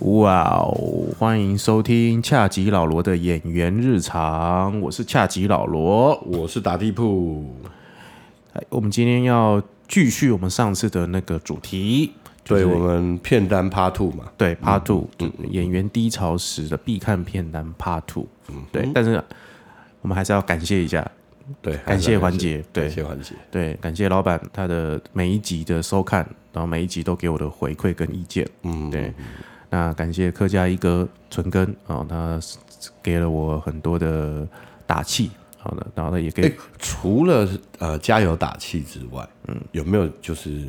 哇哦！欢迎收听恰吉老罗的演员日常，我是恰吉老罗。我是打地铺，哎我们今天要继续我们上次的那个主题，就是对我们片单 Part Two 嘛，对 Part Two，、演员低潮时的必看片单 Part Two、对，嗯但是我们还是要感谢一下，对，感谢环，节，对感谢环节，对，感谢老板他的每一集的收看，然后每一集都给我的回馈跟意见，嗯，对。那感谢客家一哥纯根啊、哦，他给了我很多的打气，好的，然后他也给、哎，除了呃加油打气之外，嗯，有没有就是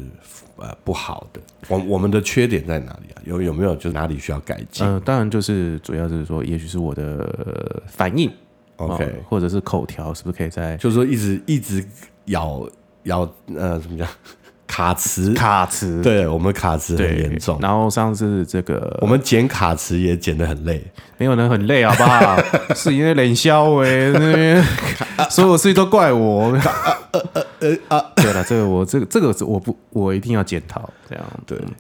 呃不好的？我我们的缺点在哪里啊？有有没有就哪里需要改进呃，当然就是主要是说，也许是我的反应哦？OK，或者是口条，是不是可以在就是说一直一直咬咬呃怎么讲 卡词，卡词对我们卡词很严重，然后上次这个我们剪卡词也剪得很累，没有人很累，好不好？是因为冷笑哎，那边所有事情都怪我。对了，这个我这个这个我不我一定要检讨这样。对嗯，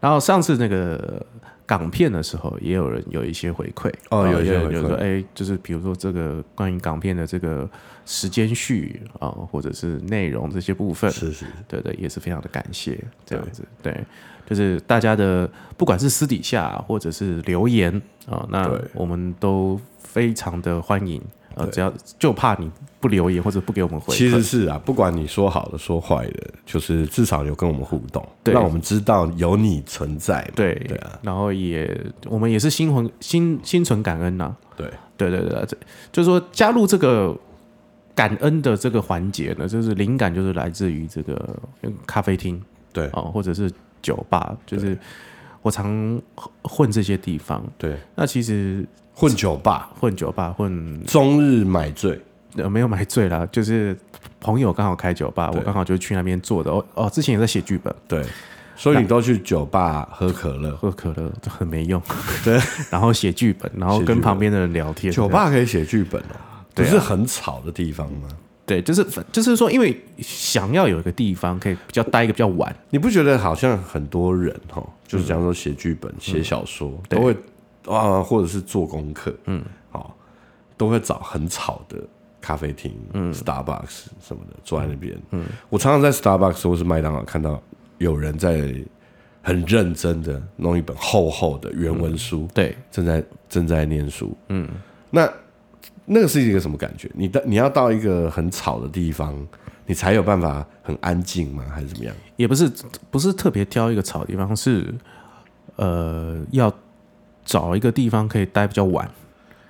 然后上次那个港片的时候，也有人有一些回馈哦然后有一些人回就馈说哎，就是比如说这个关于港片的这个时间序啊，或者是内容这些部分，是是，对对，也是非常的感谢这样子，对，就是大家的不管是私底下或者是留言啊、那对我们都非常的欢迎呃，对只要就怕你不留言或者不给我们回馈，其实是啊，不管你说好的说坏的，就是至少有跟我们互动，对让我们知道有你存在嘛。对对啊，然后也我们也是心存心心存感恩呐、对，对对对，这就是说加入这个感恩的这个环节呢，就是灵感就是来自于这个咖啡厅，对哦，或者是酒吧，就是我常混这些地方。对，那其实混酒吧，混酒吧混终日买醉，呃没有买醉啦， 就是朋友刚好开酒吧，我对刚好就去那边做的。哦哦，之前也在写剧本，对，所以你都去酒吧喝可乐，喝可乐都很没 用，对，然后写剧本，然后写剧跟本旁边的人聊天。酒吧可以写剧本哦，啊不对啊是很吵的地方吗？对，就是就是说，因为想要有一个地方可以比较待一个比较晚，你不觉得好像很多人哈，就是假如说写剧本、写小说，对都会啊，或者是做功课，嗯，好，都会找很吵的咖啡厅，嗯，Starbucks 什么的，坐在那边，嗯，我常常在 Starbucks 或是麦当劳看到有人在很认真的弄一本厚厚的原文书，对，正在正在念书，嗯，那那个是一个什么感觉？你到你要到一个很吵的地方，你才有办法很安静吗？还是怎么样？也不是不是特别挑一个草地方，是呃要找一个地方可以待比较晚。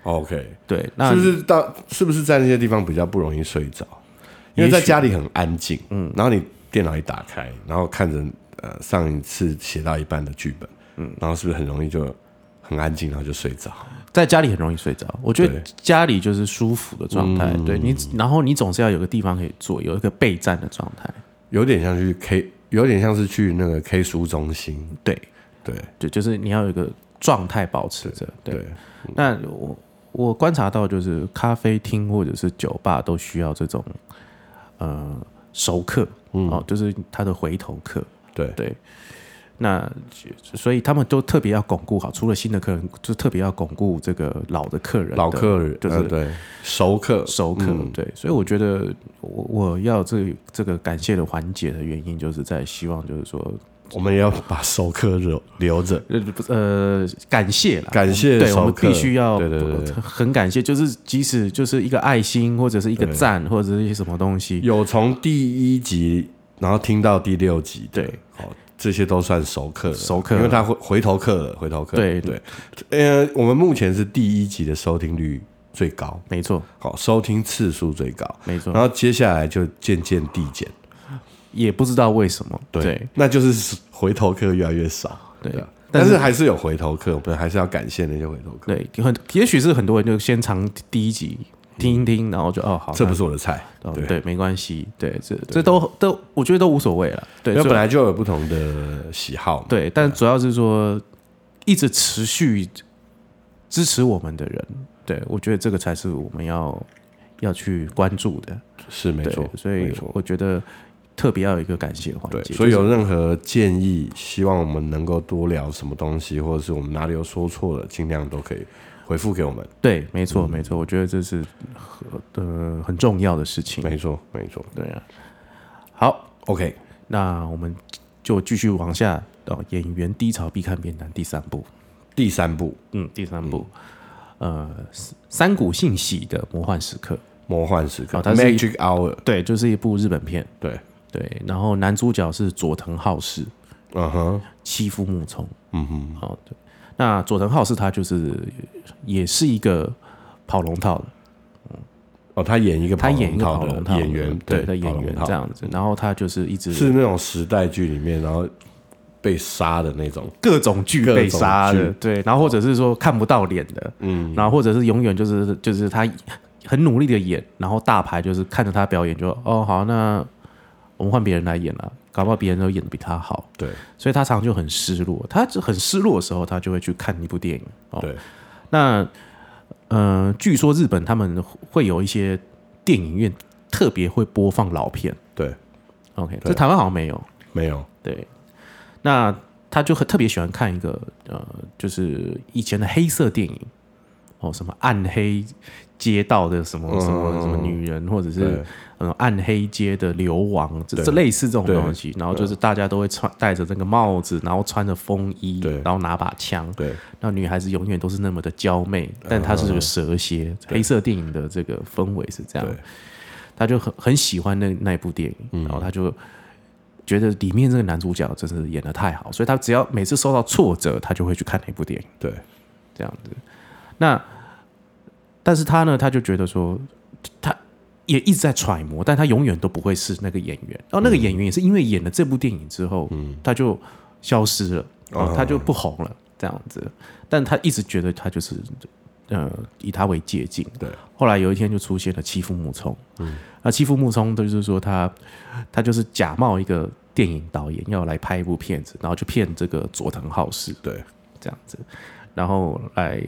哦 OK，对，那是不是到是不是在那些地方比较不容易睡着？因为在也许家里很安静，嗯，然后你电脑一打开，然后看着呃上一次写到一半的剧本，嗯，然后是不是很容易就很安静，然后就睡着？在家里很容易睡着。我觉得对嗯家里就是舒服的状态，对你，然后你总是要有个地方可以坐，有一个备战的状态。有点像去 K，有点像是去那个 K 书中心，对，对对，就是你要有一个状态保持着。对，对那我我观察到，就是咖啡厅或者是酒吧都需要这种呃熟客、嗯哦，就是他的回头客。对对，那所以他们都特别要巩固好，除了新的客人，就特别要巩固这个老的客人的老客人，就是呃对熟客，熟客，嗯对，所以我觉得我我要这这个感谢的环节的原因，就是在希望就是说，我们也要把熟客留留着，呃不是呃感谢啦，感谢对我熟们客，必须要对对对对，很感谢，就是即使就是一个爱心或者是一个对赞或者是一些什么东西，有从第一集，然后听到第六集的，对哦，这些都算熟客了，熟客了因为他回回头客了，回头客，对对，呃，我们目前是第一集的收听率最高，没错好，收听次数最高，没错然，后接下来就渐渐递减，也不知道为什么，对，那就是回头客越来越少，对啊但但是是还是有回头客，我们还是要感谢那些回头客，对，很也许是很多人就先尝第一集听一听，然后就哦好，这不那是我的菜，哦对。对，没关系，对，这这都都我觉得都无所谓了，对，因为所以本来就有不同的喜好嘛，对，但主要是说一直持续支持我们的人，对，我觉得这个才是我们要要去关注的。是没对错，，所没以错我觉得特别要有一个感谢的环对，节。所以就是有任何建议，希望我们能够多聊什么东西，或者是我们哪里有说错了，尽量都可以回复给我们。对，没错，嗯没错，我觉得这是呃很重要的事情。没错，没错。对啊，好， OK，那我们就继续往下哦。演员低潮必看片单第三部，第三部嗯，第三部，呃，三谷幸喜的魔幻时刻， 《魔幻时刻哦》它是 （Magic Hour），对，就是一部日本片，对，对，然后男主角是佐藤浩市，嗯哼，欺负木聪，嗯哼，好、对，那佐藤浩市他就是也是一个跑龙套的，哦，他演一个他演一个跑跑龙龙套套的的演员，对的跑演龙员套这样子，然后他就是一直是那种时代剧里面，然后被杀的那种，各种剧被杀各的种，对，然后或者是说看不到脸的，嗯，然后或者是永远就是就是他很努力的演，然后大牌就是看着他表演就哦好，那我们换别人来演了、搞不好别人都演的比他好，对所以他常常就很失落。他就很失落的时候，他就会去看一部电影。哦，对，那呃，据说日本他们会有一些电影院特别会播放老片对， ，OK，对这台湾好像没有。没有，对，那他就很特别喜欢看一个呃，就是以前的黑色电影，哦，什么暗黑街道的什么什么什么女人，或者是嗯对呃暗黑街的流亡，这对这类似这种对东西。然后就是大家都会穿戴着那个帽子，然后穿着风衣对，然后拿把枪。对，那女孩子永远都是那么的娇媚，嗯但她是个蛇蝎。黑色电影的这个氛围是这样对，嗯他就很很喜欢那那一部电影，然后他就觉得里面这个男主角真是演的太好，所以他只要每次受到挫折，他就会去看那部电影对，这样子。那但是他呢，他就觉得说，他也一直在揣摩，但他永远都不会是那个演员。然后那个演员也是因为演了这部电影之后，他就消失了，然哦后他就不红了这样子。但他一直觉得他就是呃以他为借镜，对。后来有一天就出现了欺负木聪，嗯，那欺负木聪就是说他他就是假冒一个电影导演要来拍一部片子，然后就骗这个佐藤浩市，对，这样子，然后来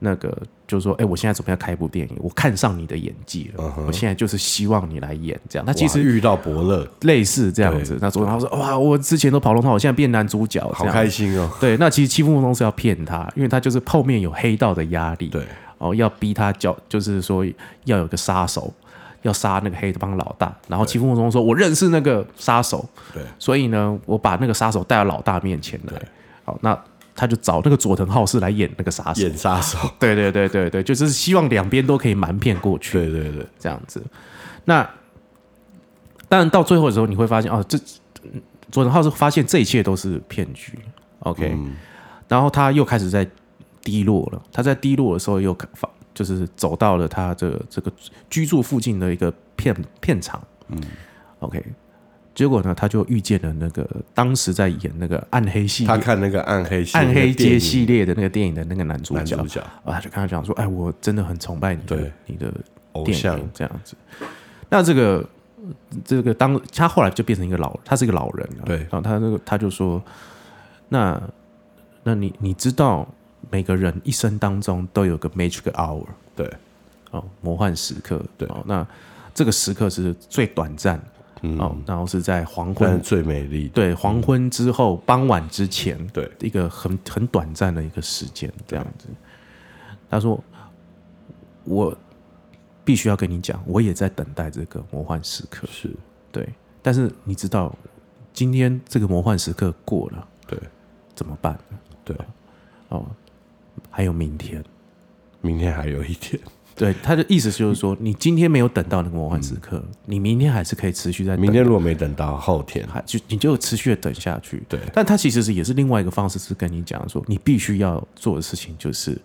那个就是说，哎、我现在准备要开一部电影，我看上你的演技了，我现在就是希望你来演这样。那其嗯哇实遇到伯乐，类似这样子，那昨天他说，哇，我之前都跑龙套，我现在变男主角，好这样。开心哦，对，那其实欺负木东是要骗他，因为他就是后面有黑道的压力，对，哦，要逼他交，就是说要有个杀手，要杀那个黑帮老大。然后欺负木东说，我认识那个杀手，对，所以呢，我把那个杀手带到老大面前来对。好，那他就找那个佐藤浩市来演那个杀手。演 杀手，对对对对对，就是希望两边都可以瞒骗过去，对对对，这样子。那但到最后的时候，你会发现哦，这佐藤浩市发现这一切都是骗局。OK，、然后嗯他又开始在低落了。他在低落的时候又看发，就是走到了他的这个居住附近的一个片片场。嗯，OK。结果呢，他就遇见了那个当时在演那个暗黑系他列、看那个暗黑系暗列黑的电街影系列的那个电影的那个男主男角主，角啊，他就跟他讲说：“哎，我真的很崇拜你的对你的偶电像，影这样子。”那这个这个当他后来就变成一个老，他是一个老人了。对然后他那个他就说：“那那你你知道每个人一生当中都有个 magic hour 对，哦，魔幻时刻。对哦，那这个时刻是最短暂嗯哦，然后是在黄但是昏最美丽，对黄昏之后傍晚之前，对一个很很短暂的一个时间这样子。他说：“我必须要跟你讲，我也在等待这个魔幻时刻。是，对，但是你知道，今天这个魔幻时刻过了对怎么办呢？对，哦，还有明天。明天还有 一天，对，他的意思就是说，你今天没有等到那个魔幻时刻，你明天还是可以持续在等明天如果没等到后天，还就你就持续的等下去。对但他其实是也是另外一个方式，是跟你讲说，你必须要做的事情就是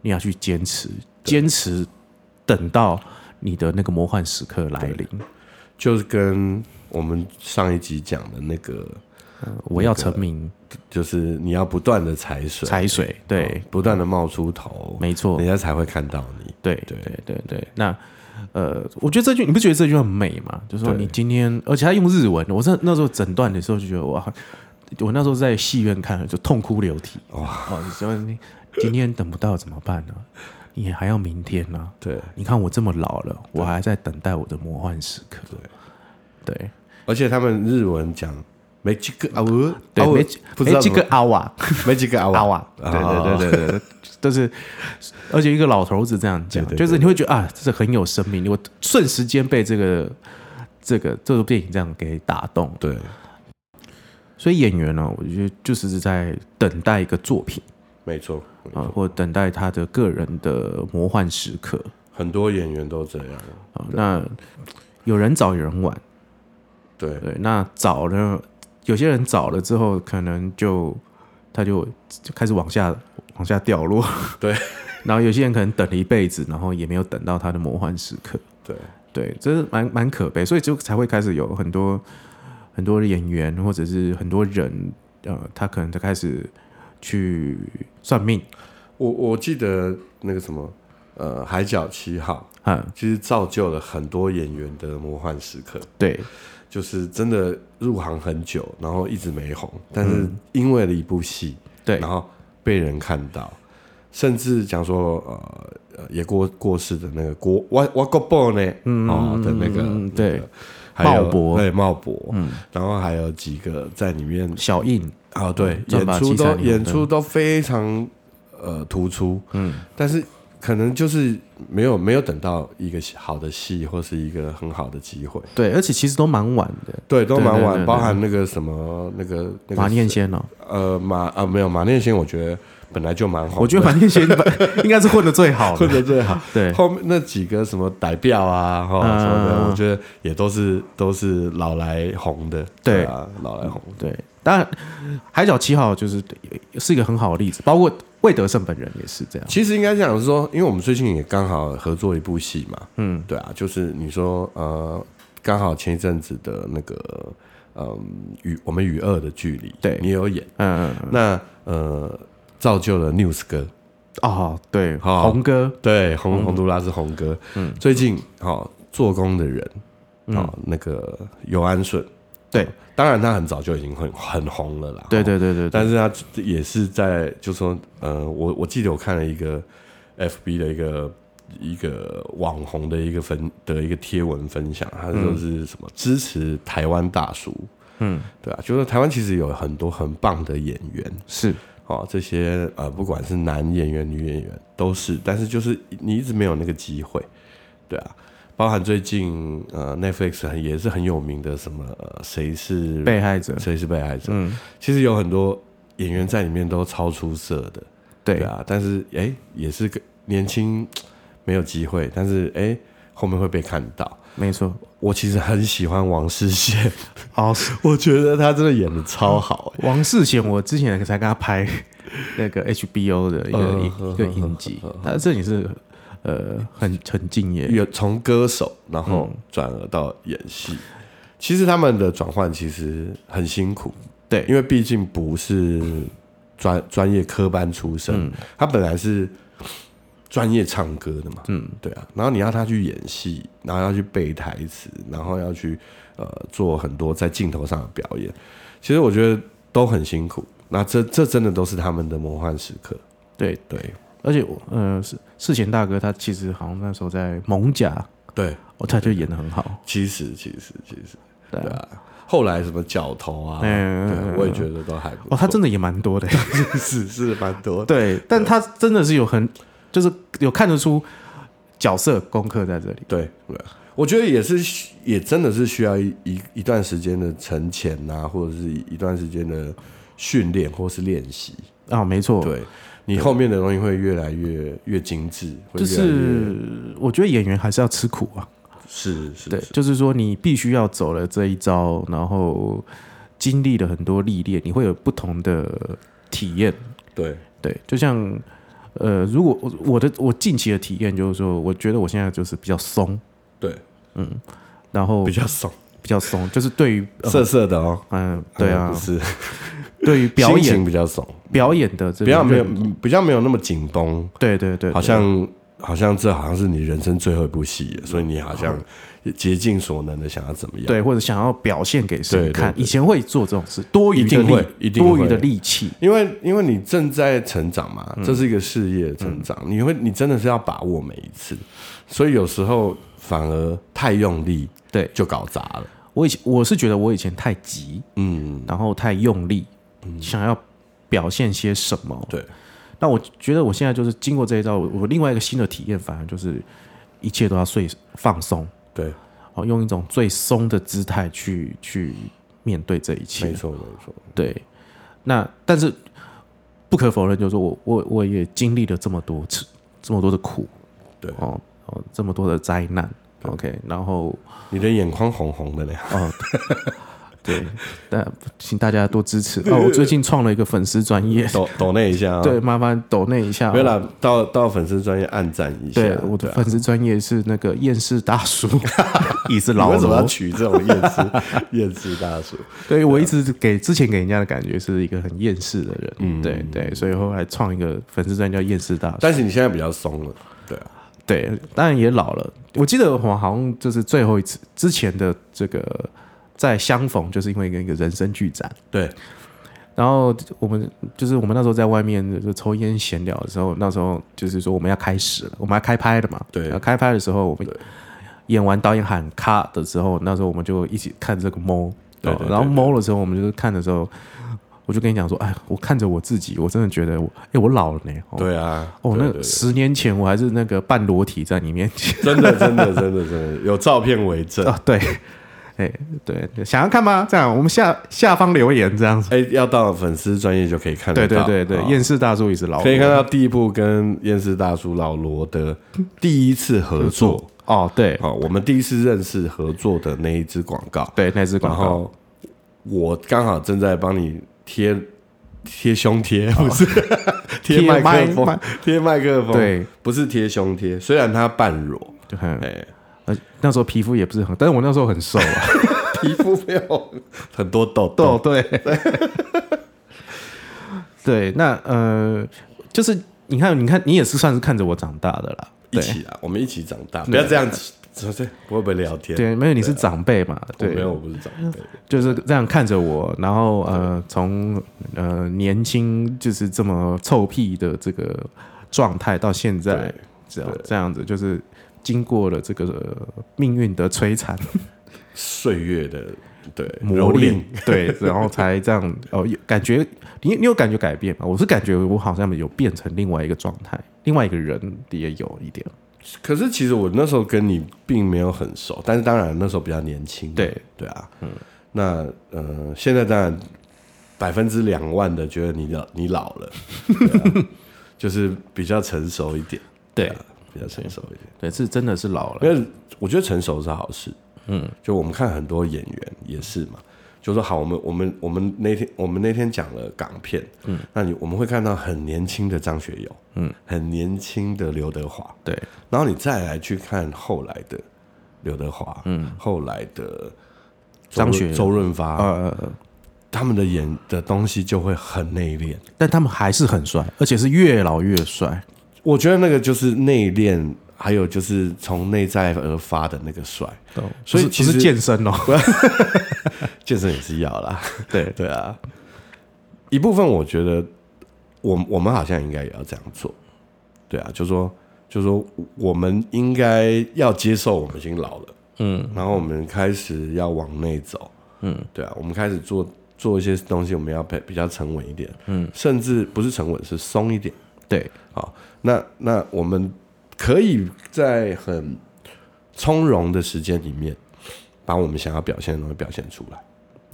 你要去坚持，坚持等到你的那个魔幻时刻来临。就是跟我们上一集讲的那个，我要成名就是你要不断的踩水，踩水，对，不断的冒出头，没错人，家才会看到你。对对对对对。那呃，我觉得这句你不觉得这句很美吗？就是说对你今天，而且他用日文，我是那时候诊断的时候就觉得哇。我那时候在戏院看，就痛哭流涕。哇！哦，你说你今天等不到怎么办呢、你也还要明天呢、对，你看我这么老了，我还在等待我的魔幻时刻。对对而且他们日文讲没几个啊，我对，啊我没几不知没道几怎么个阿瓦没几个啊，阿我瓦，对对对对对对，就是，而且一个老头子这样讲，对对对就是你会觉得啊，这很有生命力，我瞬时间被这个这个这部电影这样给打动。 对，所以演员呢，我觉得就是在等待一个作品没错，没啊、错或等待他的个人的魔幻时刻很多演员都这样，啊、那有人早，有人晚。对，对，那早呢，有些人早了之后，可能就他就就开始往下往下掉落。 对，然后有些人可能等了一辈子，然后也没有等到他的魔幻时刻。对，对，这是蛮蛮可悲，所以就才会开始有很多很多的演员或者是很多人，呃，他可能就开始去算命我我记得那个什么，呃，《海角七号啊、》其实造就了很多演员的魔幻时刻，对，就是真的入行很久，然后一直没红，但是因为了一部戏，对然后被人看到，甚至讲说呃呃也过过世的那个郭我我国宝呢，嗯哦的那个嗯对，那个还有茂博对茂博，嗯，然后还有几个在里面小印啊，对，转演吧出七都三零演对出都非常呃突出，嗯，但是可能就是没有没有等到一个好的戏或是一个很好的机会，对，而且其实都蛮晚的。对，都对蛮对晚，对包对含那个什么那个那个马念先哦，呃马啊没有马念先，我觉得本来就蛮好，我觉得马念先应该是混的最好哦混的。的最好。对，后面那几个什么代表啊，哈、嗯什么嗯的，嗯我觉得也都是都是老来红的，对啊，老来红，对，当然，《海角七号》就是是一个很好的例子，包括魏德胜本人也是这样。其实应该这样说，因为我们最近也刚好合作一部戏嘛，嗯，对啊，就是你说呃，刚好前一阵子的那个嗯、与我们与恶的距离，对你有演，嗯，嗯那呃造就了 News 哥，哦，对，好红哥，对，嗯洪洪都拉斯洪哥，嗯，最近好、哦、做工的人，哦，那个尤安顺，嗯哦对，当然他很早就已经很很红了啦，对对对对对，但是他也是在就说，呃，我我记得我看了一个 FB 的一个一个网红的一个分的一个贴文分享，他就是什么、支持台湾大叔，嗯，对啊，就是台湾其实有很多很棒的演员是哦，这些呃不管是男演员、女演员都是，但是就是你一直没有那个机会，对啊。包含最近呃 Netflix 很也是很有名的什么、呃、谁是被害者，谁是被害者，嗯，其实有很多演员在里面都超出色的，对，啊，但是哎、也是个年轻没有机会，但是哎、后面会被看到。没错，我其实很喜欢王世贤，哦， 我觉得他真的演的超好、王世贤，我之前才跟他拍 那个 HBO 的一个嗯影一个影集，他这里是呃很很敬业哎，有从歌手然后转而到演戏，其实他们的转换其实很辛苦，对因为毕竟不是专专业科班出身，他本来是专业唱歌的嘛，嗯，对啊，然后你要他去演戏，然后要去背台词，然后要去呃做很多在镜头上的表演，其实我觉得都很辛苦。那这这真的都是他们的魔幻时刻，对，对而且我呃世世贤大哥他其实好像那时候在蒙甲，对，哦，他就演的很好，其实其实其实对对啊啊，后来什么角头啊，嗯对嗯啊，我也觉得都还不哦，他错真的也蛮 多的。是是蛮多的，对， 但他真的是有很，就是有看得出角色功课在这里。对对，我觉得也是需，也真的是需要一一一段时间的沉潜啊，或者是一段时间的训练或是练习，啊、没错，对你后面的东西会越来越越精致，会就越来越是我觉得演员还是要吃苦啊。是是对，就是说你必须要走了这一招，然后经历了很多历练，你会有不同的体验。对对，就像呃，如果我我的我近期的体验就是说，我觉得我现在就是比较松，对，然后比较爽，比较松，就是对于呃色色的哦，嗯、对啊不，是对于表心情演比较爽，表演的这比较个没有认比较没有那么紧绷，对对对，好对像好像这好像是你人生最后一部戏了，所以你好像竭尽所能的想要怎么样。对，或者想要表现给谁对对看？对以前会做这种事，多余一的定会力，一定会多余的力气。因为因为你正在成长嘛，这是一个事业成长，你会你真的是要把握每一次，所以有时候反而太用力对就搞砸了。我以前我是觉得我以前太急，嗯，然后太用力，想要表现些什么。对，那我觉得我现在就是经过这一招，我我另外一个新的体验，反而就是一切都要最放松，对，哦，用一种最松的姿态去去面对这一切没。错没错，对，那但是不可否认，就是说我我我也经历了这么多次这么多的苦，对哦哦，这么多的灾难，OK，然后哦你的眼眶红红的嘞，对，但请大家多支持哦。我最近创了一个粉丝专业， 抖抖那一下啊，对，，麻烦抖那一下、哦没有。啦，到到粉丝专业暗赞一下。对，我的啊粉丝专业是那个厌世大叔，也是 你 老为什么要啊罗。取这种厌 世厌世大 叔？对我一直给之前给人家的感觉是一个很厌世的人，对对，所以后来创一个粉丝专业叫厌世大叔。嗯但是你现在比较松了，对啊，对，当然也老了。我记得我好像就是最后一次之前的这个在相逢，就是因为跟一个人生剧展，对，然后我们就是我们那时候在外面就是抽烟闲聊的时候，那时候就是说我们要开始了，我们要开拍了嘛。对然后开拍的时候，我们演完导演喊咔的时候，那时候我们就一起看这个猫。对哦对对然后猫的时候，我们就是看的时候，我就跟你讲说，哎，我看着我自己，我真的觉得我，哎，我老了呢。哦，对啊，哦，对那对个十年前我还是那个半裸体在里面真的真的真的真的有照片为证。啊，对， 哎，对，想要看吗？这样，我们下下方留言这样子。哎，要到粉丝专业就可以看对得对到，对对，好厌世大叔也是老可以看到第一部跟厌世大叔老罗的嗯第一次合作。哦，对好，我们第一次认识合作的那一支广告，对，那只然广告，后我刚好正在帮你贴贴胸贴，不是贴哦 贴麦麦克风 麦，贴麦克风，对，不是贴胸贴，虽然它半 裸，就很哎，呃那时候皮肤也不是很，但是我那时候很瘦 啊，皮肤没有很多痘哦对痘，对 对，那呃，就是你看，你看，你也是算是看着我长大的啦，一对起啊，我们一起长大，不要这样子，这这会不会聊天？对，没啊有你是长辈嘛，我对没，有，我不是长辈，就是这样看着我，然后呃，从呃年轻就是这么臭屁的这个状态到现在对，这样这样子，就是经过了这个呃命运的摧残岁月的对磨蹂砺躏，， 对，然后才这样哦，有感觉你你有感觉改变吗？我是感觉我好像有变成另外一个状态，另外一个人也有一点，可是其实我那时候跟你并没有很熟，但是当然那时候比较年轻，对对啊，嗯，那呃，现在当然百分之两万的觉得你老你老了， 对啊就是比较成熟一点，对啊比较成熟一点，对，是真的是老了，因为我觉得成熟是好事，嗯，就我们看很多演员也是嘛。就说好，我们我们我们那天我们那天讲了港片，嗯，那你我们会看到很年轻的张学友，嗯，很年轻的刘德华，对然后你再来去看后来的刘德华，嗯，后来的周张润学友周润发、呃，他们的演的东西就会很内敛。但他们还是很帅，而且是越老越帅，我觉得那个就是内敛，还有就是从内在而发的那个帅，所以不是其不是实健身哦，健身也是要啦。对 对啊，一部分我觉得我我们好像应该也要这样做，对啊，就说就说我们应该要接受我们已经老了，嗯，然后我们开始要往内走，嗯，对啊，我们开始做做一些东西，我们要比比较沉稳一点，嗯，甚至不是沉稳，是松一点。对。好，那那我们可以在很从容的时间里面，把我们想要表现的东西表现出来，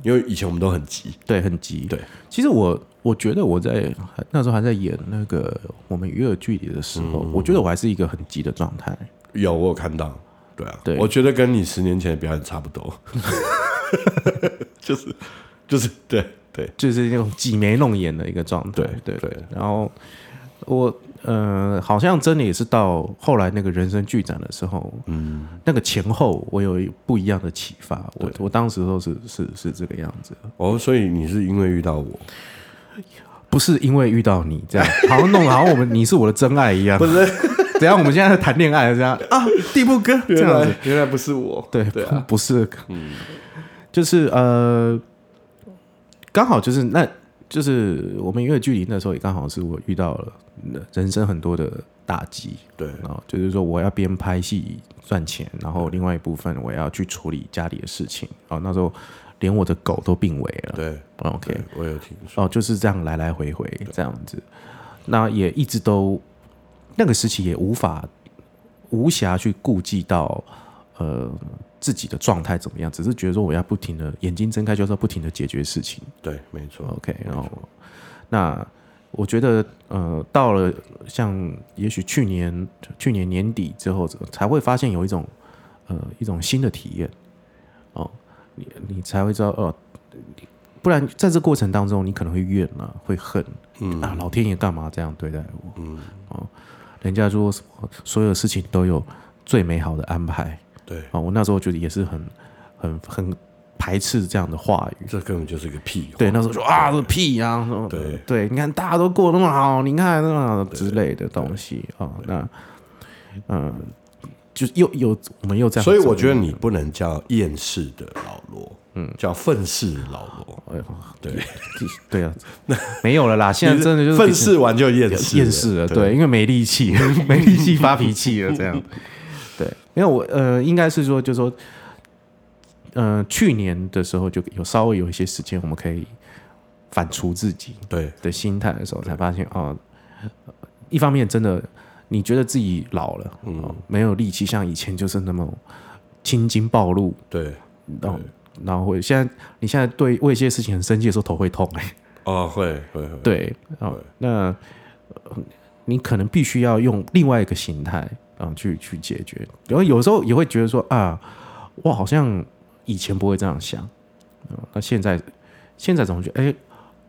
因为以前我们都很急，对，很急。对，其实我我觉得我在那时候还在演那个我们娱乐剧里的时候，嗯我觉得我还是一个很急的状态。有，我有看到。对啊，对我觉得跟你十年前的表演差不多， 就是就是对对就是那种挤眉弄眼的一个状态。对对对然后我呃，好像真的也是到后来那个人生剧展的时候，嗯，那个前后我有一不一样的启发。我我当时都是是是这个样子。哦，所以你是因为遇到我，不是因为遇到你这样，好像弄得好像我们你是我的真爱一样。不是，等一下我们现在在谈恋爱这样啊，地步哥这原样子来，原来不是我，对对啊，不是，就是呃，刚好就是那，就是我们音乐距离那时候也刚好是我遇到了人生很多的打击，对然后就是说我要边拍戏赚钱，然后另外一部分我要去处理家里的事情，哦，那时候连我的狗都病危了哦对，OK，对，我有听说，哦，就是这样来来回回这样子，那也一直都那个时期也无法无暇去顾及到呃自己的状态怎么样，只是觉得说我要不停的眼睛睁开就是要不停的解决事情对，没错， ，OK，然后那我觉得呃到了像也许去年去年年底之后才会发现有一种呃一种新的体验哦，你你才会知道哦。不然，在这过程当中，你可能会怨啊，会恨，嗯啊，老天爷干嘛这样对待我？哦嗯，人家说什么所有事情都有最美好的安排对，啊、我那时候觉得也是很很很排斥这样的话语。这根本就是个屁话，对，那时候说啊，这屁呀、什么的对对，你看大家都过得那么好，你看那么好之类的东西啊、那嗯、呃就又又我们又这样，所以我觉得你不能叫厌世的老罗，嗯，叫愤世老罗，哎呦对，对 啊，没有了啦，现在真的就是愤世完就厌世，厌世了，，对，因为没力气， 没力气发脾气了，这样。对，因为我呃，应该是说，就是说，呃，去年的时候就有稍微有一些时间，我们可以反刍自己对的心态的时候，才发现哦、呃一方面真的你觉得自己老了，嗯、没有力气，像以前就是那么青筋暴露，对，然后然后会现在你现在对为一些事情很生气的时候头会痛哎、哦，会会会，对，哦，那呃你可能必须要用另外一个形态啊、去去解决。然后有时候也会觉得说啊，我好像以前不会这样想，嗯那现在现在总觉得哎，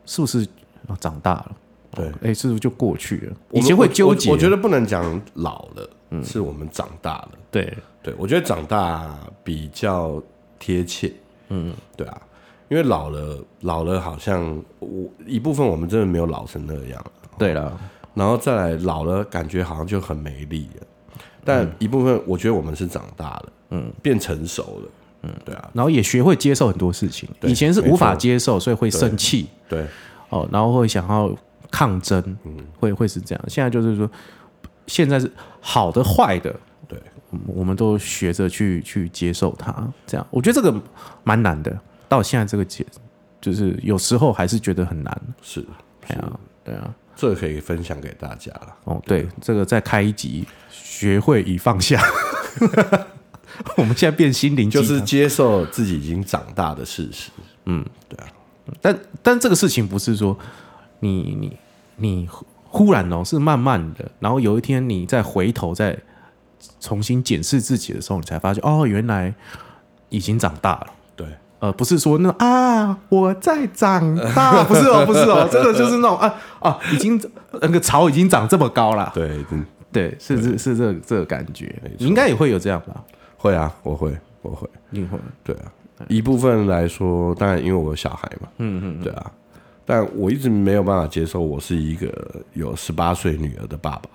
是不是啊长大了？对，哎，是不是就过去了？我以们前会我纠结，啊嗯我我觉得不能讲老了，是我们长大了。对，对，我觉得长大比较贴切。嗯，对啊，因为老了，老了好像我一部分我们真的没有老成那样，对了，然后再来老了，感觉好像就很没力了。但一部分我觉得我们是长大了，嗯，变成熟了，嗯，对啊，然后也学会接受很多事情，对以前是没无法错接受，所以会生气对，哦，然后会想要抗争，会会是这样。现在就是说，现在是好的坏的。对，嗯我们都学着去去接受它，这样我觉得这个蛮难的。到现在这个阶，就是有时候还是觉得很难。是，哎呀，对啊，这可以分享给大家了。哦，对，这个再开一集，学会已放下。 我们现在变心灵鸡就汤，是接受自己已经长大的事实，但但这个事情不是说你你你忽忽然哦，是慢慢的，然后有一天你再回头再重新检视自己的时候，你才发现哦，原来已经长大了。对，呃，不是说那种啊，我在长大，不是哦，不是哦，真的就是那种啊啊，已经那个草已经长这么高了，对，嗯对，是是是这这个感觉，你应该也会有这样吧？会啊，我会，我会。你会对啊，一部分来说，当然因为我有小孩嘛，嗯嗯，对啊，但我一直没有办法接受我是一个有十八岁女儿的爸爸，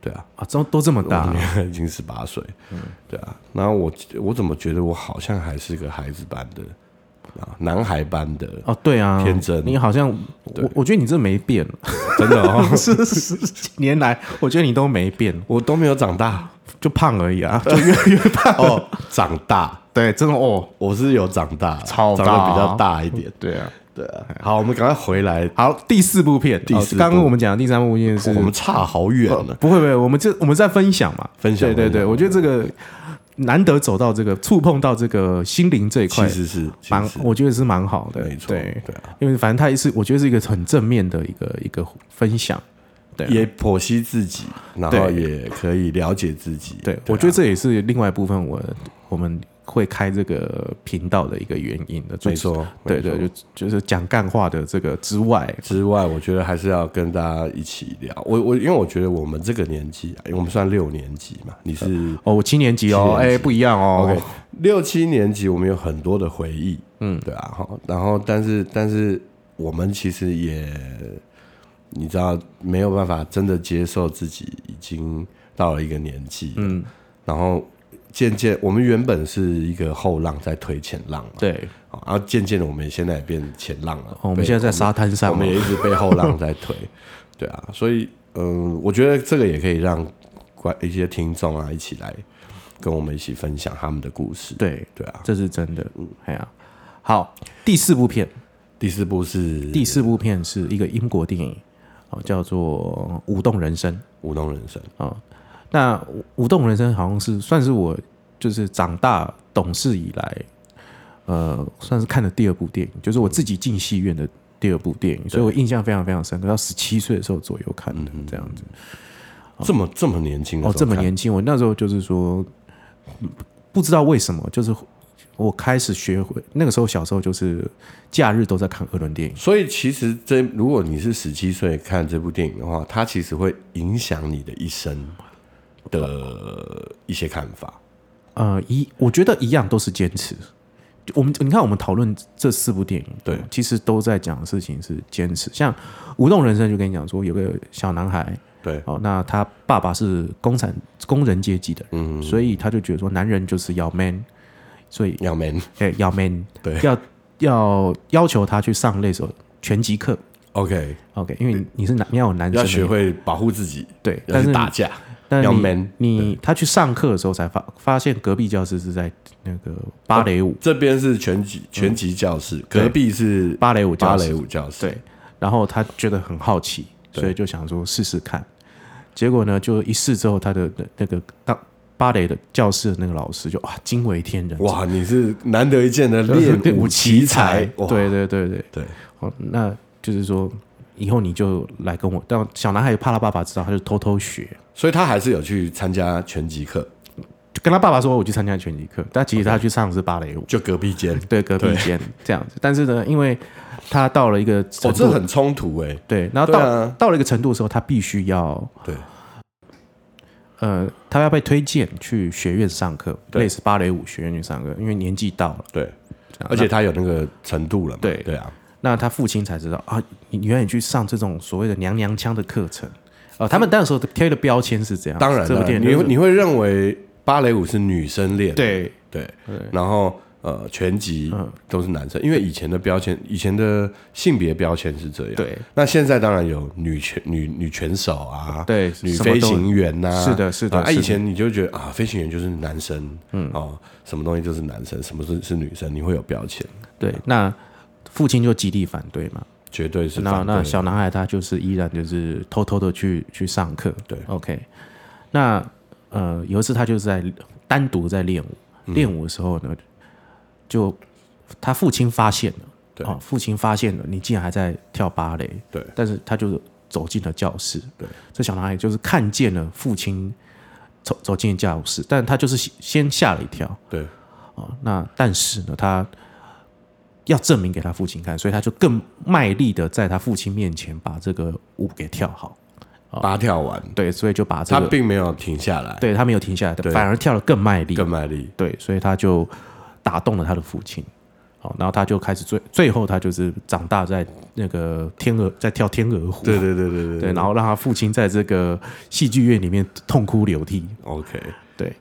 对啊，啊，都都这么我大女，儿已经十八岁，对啊，然后我我怎么觉得我好像还是个孩子般的啊，男孩般的，哦，对啊，天真你好像我我觉得你这没变，真的哦，是十几年来，我觉得你都没变，我都没有长大就胖而已啊，就越来越胖。哦， 长大，对，真的哦，我是有长大，超大长得比较大一点，对啊。对啊，好，我们赶快回来，好，第四部片，第哦四部刚刚我们讲的第三部片是我们差好远了，不会不会，我们这我们在分享嘛，分享对对分对，我觉得这个难得走到这个触碰到这个心灵这一其块，实是，其蛮实是我觉得是蛮好的，没错，对，对啊。因为反正它也是我觉得是一个很正面的一个一个分享，对啊也剖析自己，然后对也可以了解自己。对啊，我觉得这也是另外一部分我我们会开这个频道的一个原因的，没错，对没错对，就就是讲干话的这个之外，之外，我觉得还是要跟大家一起聊。我我因为我觉得我们这个年纪啊，因为我们算六年级嘛，你是哦，我七年级哦，七年级哎，不一样哦 OK 六七年级，我们有很多的回忆，嗯，对啊，好，然后但是但是我们其实也你知道没有办法真的接受自己已经到了一个年纪，嗯，然后渐渐我们原本是一个后浪在推前浪嘛，对，好然后渐渐的我们现在也变前浪了，哦我们现在在沙滩上我们嘛也一直被后浪在推，哦 对啊，所以嗯，我觉得这个也可以让观一些听众啊一起来跟我们一起分享他们的故事，对，对啊，这是真的。哎呀，好，第四部片，第四部是第四部片是一个英国电影，哦，叫做《舞动人生》舞动人生，啊、那《舞动人生》好像是算是我就是长大懂事以来，呃，算是看的第二部电影，就是我自己进戏院的第二部电影，所以我印象非常非常深刻，到十七岁的时候左右看的嗯这样子。这么这么年轻的哦，时候这么看年轻，我那时候就是说，不知道为什么，就是我开始学会那个时候小时候就是假日都在看俄伦电影，所以其实这，如果你是十七岁看这部电影的话，它其实会影响你的一生的一些看法。呃，一我觉得一样都是坚持。就我们你看，我们讨论这四部电影，对其实都在讲的事情是坚持。像《无动人生》就跟你讲说，有个小男孩对，哦，那他爸爸是工产工人阶级的人，嗯，所以他就觉得说，男人就是要 man，所以要 man。哎、要 man，对要要要求他去上那种拳击课， OK， OK，因为你你是男，你要有男生的要学会保护自己，对，要但去是打架，但是要你 man 你他去上课的时候才发发现隔壁教室是在那个芭蕾舞，这边是拳击拳击教室，嗯对隔壁是芭蕾舞教芭室蕾舞教室。对，然后他觉得很好奇，对所以就想说试试看。结果呢，就一试之后，他的那那个当芭蕾的教室的那个老师就哇惊为天人，哇，你是难得一见的就是练练 武武奇才才，，哇对对对对，对，哦，那就是说以后你就来跟我，但小男孩怕他爸爸知道，他就偷偷学，所以他还是有去参加拳击课，就跟他爸爸说我去参加拳击课，但其实他去上的是芭蕾舞，就隔壁间。对隔壁间这样子。但是呢，因为他到了一个程哦，度，这很冲突哎。对，然后对到、啊到了一个程度的时候，他必须要对，呃，他要被推荐去学院上课，对类似芭蕾舞学院去上课，因为年纪到了，对，这样而且他有那个程度了嘛。对对啊，那那他父亲才知道啊，你你愿意去上这种所谓的娘娘腔的课程。呃，他们那时候贴的标签是这样，当然这部了，电影你就会是你会认为芭蕾舞是女生练，对嗯对，然后呃，拳击都是男生，因为以前的标签，以前的性别标签是这样。，对那现在当然有女拳女女拳手啊，，对，女什么飞都行员呐、是的是的啊，是的以前你就觉得啊，飞行员就是男生，嗯，哦，什么东西就是男生，什么是是女生，你会有标签，对，那父亲就极力反对嘛，绝对是那反对那小男孩他就是依然就是偷偷的去去上课，对，OK 那。呃有一次他就是在单独在练舞，嗯练舞的时候呢，就他父亲发现了，对哦，父亲发现了你竟然还在跳芭蕾，对但是他就走进了教室，对，这小男孩就是看见了父亲走走进教室，但他就是先先吓了一跳，对哦，那但是呢，他要证明给他父亲看，所以他就更卖力的在他父亲面前把这个舞给跳好。八跳完，对，所以就把啊这他个，并没有停下来，对他没有停下来，对反而跳得更卖力。更卖力，对，所以他就打动了他的父亲。好，然后他就开始最最后他就是长大在那个天鹅在跳天鹅湖。对对对对对对，然后让他父亲在这个戏剧院里面痛哭流涕。 ，OK，对，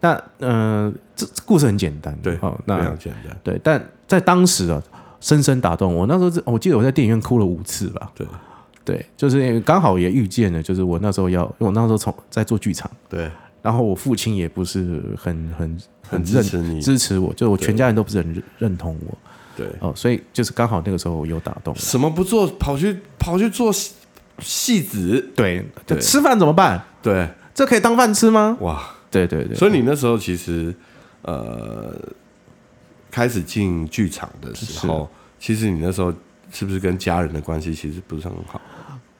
那呃，这这故事很简单。对，啊好，非哦那常简单，对，但在当时啊，深深打动我。那时候是，我记得我在电影院哭了五次吧。对对，就是因为刚好也遇见了，就是我那时候要，因为我那时候从在做剧场，对，然后我父亲也不是很很很支认持你，支持我，就我全家人都不是很认认同我对，哦，所以就是刚好那个时候我有打动了。什么不做，跑去跑去做戏戏子，对，对这吃饭怎么办？对，这可以当饭吃吗？哇，对对对，所以你那时候其实呃，开始进剧场的时候，其实你那时候是不是跟家人的关系其实不是很好？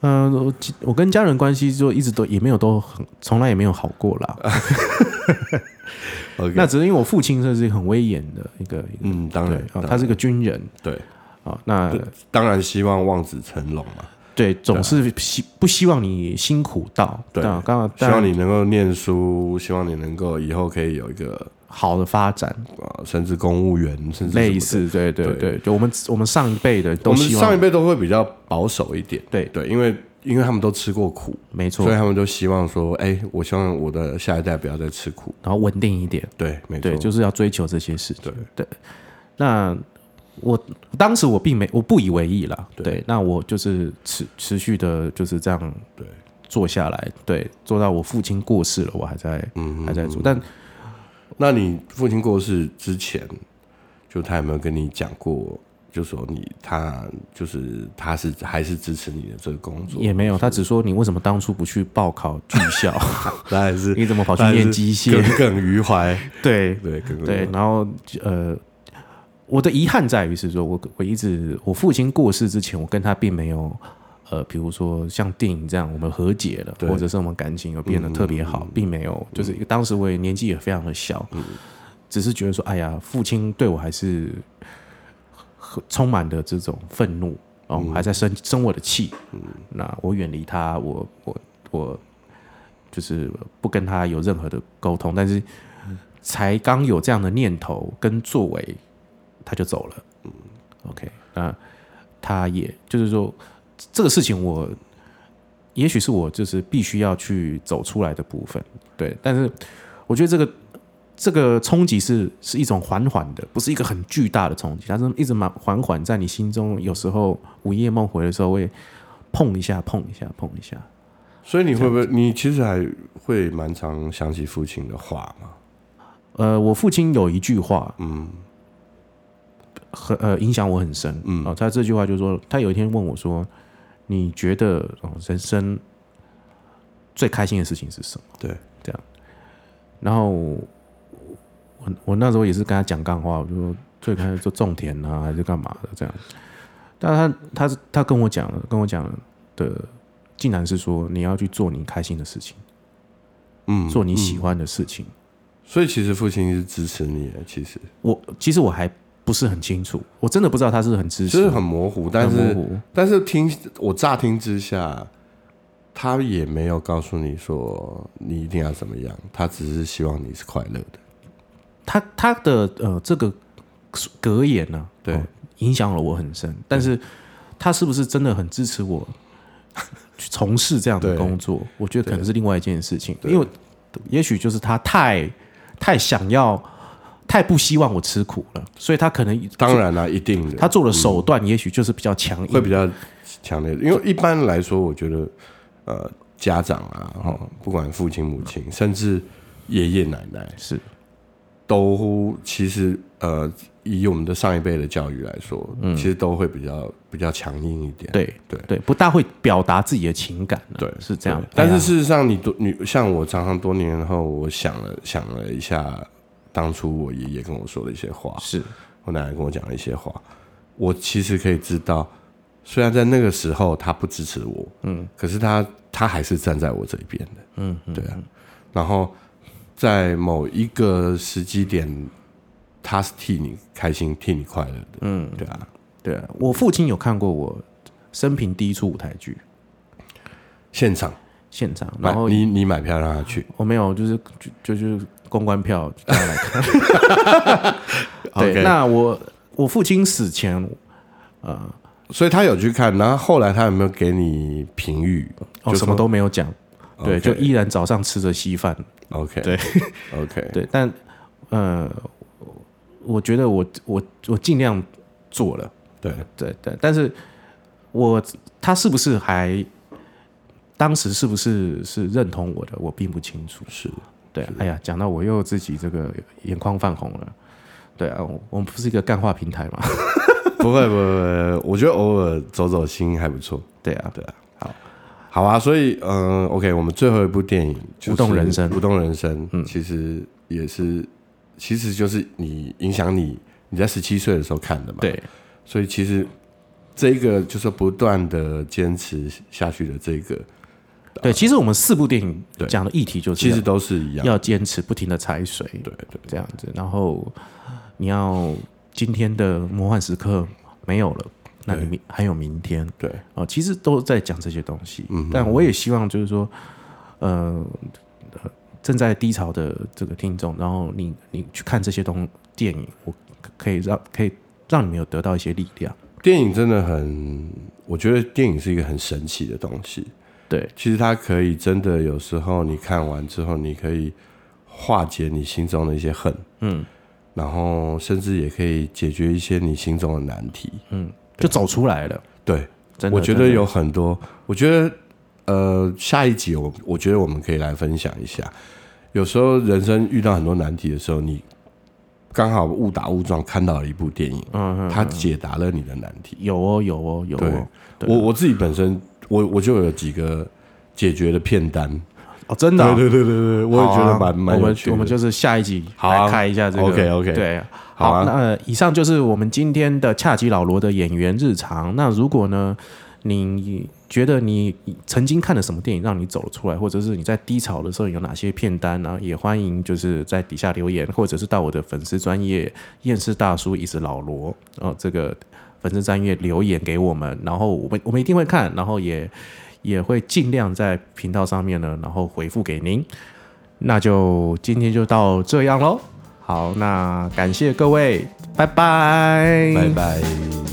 嗯、我我跟家人关系就一直都也没有都很，从来也没有好过啦。呃 OK 那只是因为我父亲这是很威严的一个，一个嗯，当对然，哦当，然他是个军人对，哦，那对当然希望望子成龙啊嘛，对总是希不希望你辛苦到对那刚好希当望然你能够念书，希望你能够以后可以有一个好的发展，呃，甚至公务员，甚至什么类的似对对对对，就我们我们上一辈的我都们希上望一辈都会比较保守一点，对对，因为因为他们都吃过苦，没错所以。他们都希望说，哎、我希望我的下一代不要再吃苦。然后稳定一点，对，没错对，，就是要追求这些事情对。对，那我当时我并没我不以为意啦。对对，那我就是持持续的就是这样对做下来，对，做到我父亲过世了，我还在嗯还在做，但那你父亲过世之前，就他有没有跟你讲过，就说你他就是他是还是支持你的这个工作？也没有，他只说你为什么当初不去报考技校， 当然是你怎么跑去当然念是机械耿？耿于怀，对对，耿耿于对怀，，然后呃，我的遗憾在于是说，我我一直我父亲过世之前，我跟他并没有呃，比如说像电影这样，我们和解了，对嗯或者是我们感情有变得特别好，并没有，就是当时我也年纪也非常的小，只是觉得说，哎呀，父亲对我还是很充满了这种愤怒哦，嗯还在生生我的气，那我远离他，我我我就是不跟他有任何的沟通，但是才刚有这样的念头跟作为，他就走了。嗯，OK，那他也就是说这个事情我。也许是我就是必须要去走出来的部分，对。但是我觉得这个这个冲击是是一种缓缓的，不是一个很巨大的冲击，它是一直蛮缓缓在你心中。有时候午夜梦回的时候会碰一下，碰一下，碰一下。所以你会不会？你其实还会蛮常想起父亲的话嘛？呃，我父亲有一句话，嗯，很呃影响我很深，嗯，哦，他这句话就是说，他有一天问我说，你觉得、哦、人生最开心的事情是什么？对，这样，然后我我那时候也是跟他讲干话，我就说最开始做种田啊，还是干嘛的这样，但他他他跟我讲了，跟我讲的，竟然是说你要去做你开心的事情，嗯，做你嗯喜欢的事情。所以其实父亲是支持你的，其实我其实我还不是很清楚，我真的不知道他是不是很支持，就是很模糊，但很模是糊。但是听我乍听之下，他也没有告诉你说你一定要怎么样，他只是希望你是快乐的。他他的呃这个格言呢、对哦影响了我很深。但是他是不是真的很支持 我去从事这样的对工作？我觉得可能是另外一件事情，对因为也许就是他太太想要，太不希望我吃苦了，所以他可能当然啦、一定的，他做的手段也许就是比较强硬，会比较强烈的，因为一般来说，我觉得呃，家长啊，哦，不管父亲、母亲，甚至爷爷奶奶，是都其实呃，以我们的上一辈的教育来说，嗯其实都会比较比较强硬一点。对对对，不大会表达自己的情感了，对是这样对。但哎是呀事实上你，多你像我常常多年后，我想了想了一下，当初我爷爷跟我说的一些话，是我奶奶跟我讲的一些话，我其实可以知道，虽然在那个时候他不支持我，嗯，可是他他还是站在我这一边的，嗯，对啊。然后在某一个时机点，他是替你开心、替你快乐的，嗯，对啊。对啊，我父亲有看过我生平第一出舞台剧现场现场，买然后你你买票让他去我没有，就是就就是公关票带来看。 对 OK 那我我父亲死前，所以他有去看，然后后来他有没有给你评语？哦就什么都没有讲，对，就依然早上吃着稀饭， OK，对 OK，对，但呃，我觉得我我我尽量做了，对，对对，但是我他是不是还当时是不是是认同我的，我并不清楚。是对啊，哎呀，讲到我又自己这个眼眶泛红了。对啊，我我们不是一个干话平台嘛？ 不会不会，不会，我觉得偶尔走走心还不错。对啊，对啊，好，好啊，所以嗯、呃 o k 我们最后一部电影就是《舞动人生嗯舞动人生》，其实也是，其实就是你影响你你在十七岁的时候看的嘛，，对所以其实这个就是不断的坚持下去的这个，对，其实我们四部电影对讲的议题就是其要，实都是一样，要坚持，不停的踩水，对对这样子。然后你要今天的魔幻时刻没有了，那你明还有明天对，哦，其实都在讲这些东西。嗯但我也希望就是说，呃，呃正在低潮的这个听众，然后你你去看这些东电影，我可可以让可以让你们有得到一些力量。电影真的很，我觉得电影是一个很神奇的东西。对，其实它可以真的有时候你看完之后，你可以化解你心中的一些恨，嗯，然后甚至也可以解决一些你心中的难题。就走出来了。对，嗯真的，我觉得真的有很多，我觉得呃，下一集我我觉得我们可以来分享一下，有时候人生遇到很多难题的时候，你刚好误打误撞看到了一部电影，嗯，嗯它解答了你的难题。有哦，有哦，有对哦，对我我自己本身，我我就有几个解决的片单，哦，真的哦、对对对对对，我也觉好得啊蛮蛮我有们趣我们的。就是下一集好啊来看一下这个。 OK，OK 对，好啊那、呃以上就是我们今天的恰吉老罗的演员日常。那如果呢，你觉得你曾经看了什么电影让你走了出来，或者是你在低潮的时候有哪些片单呢、也欢迎就是在底下留言，或者是到我的粉丝专业厌世大叔一直老罗哦、这个粉丝专业留言给我们，然后我们我们一定会看，然后也也会尽量在频道上面呢，然后回复给您。那就今天就到这样喽。好，那感谢各位，拜拜，拜拜。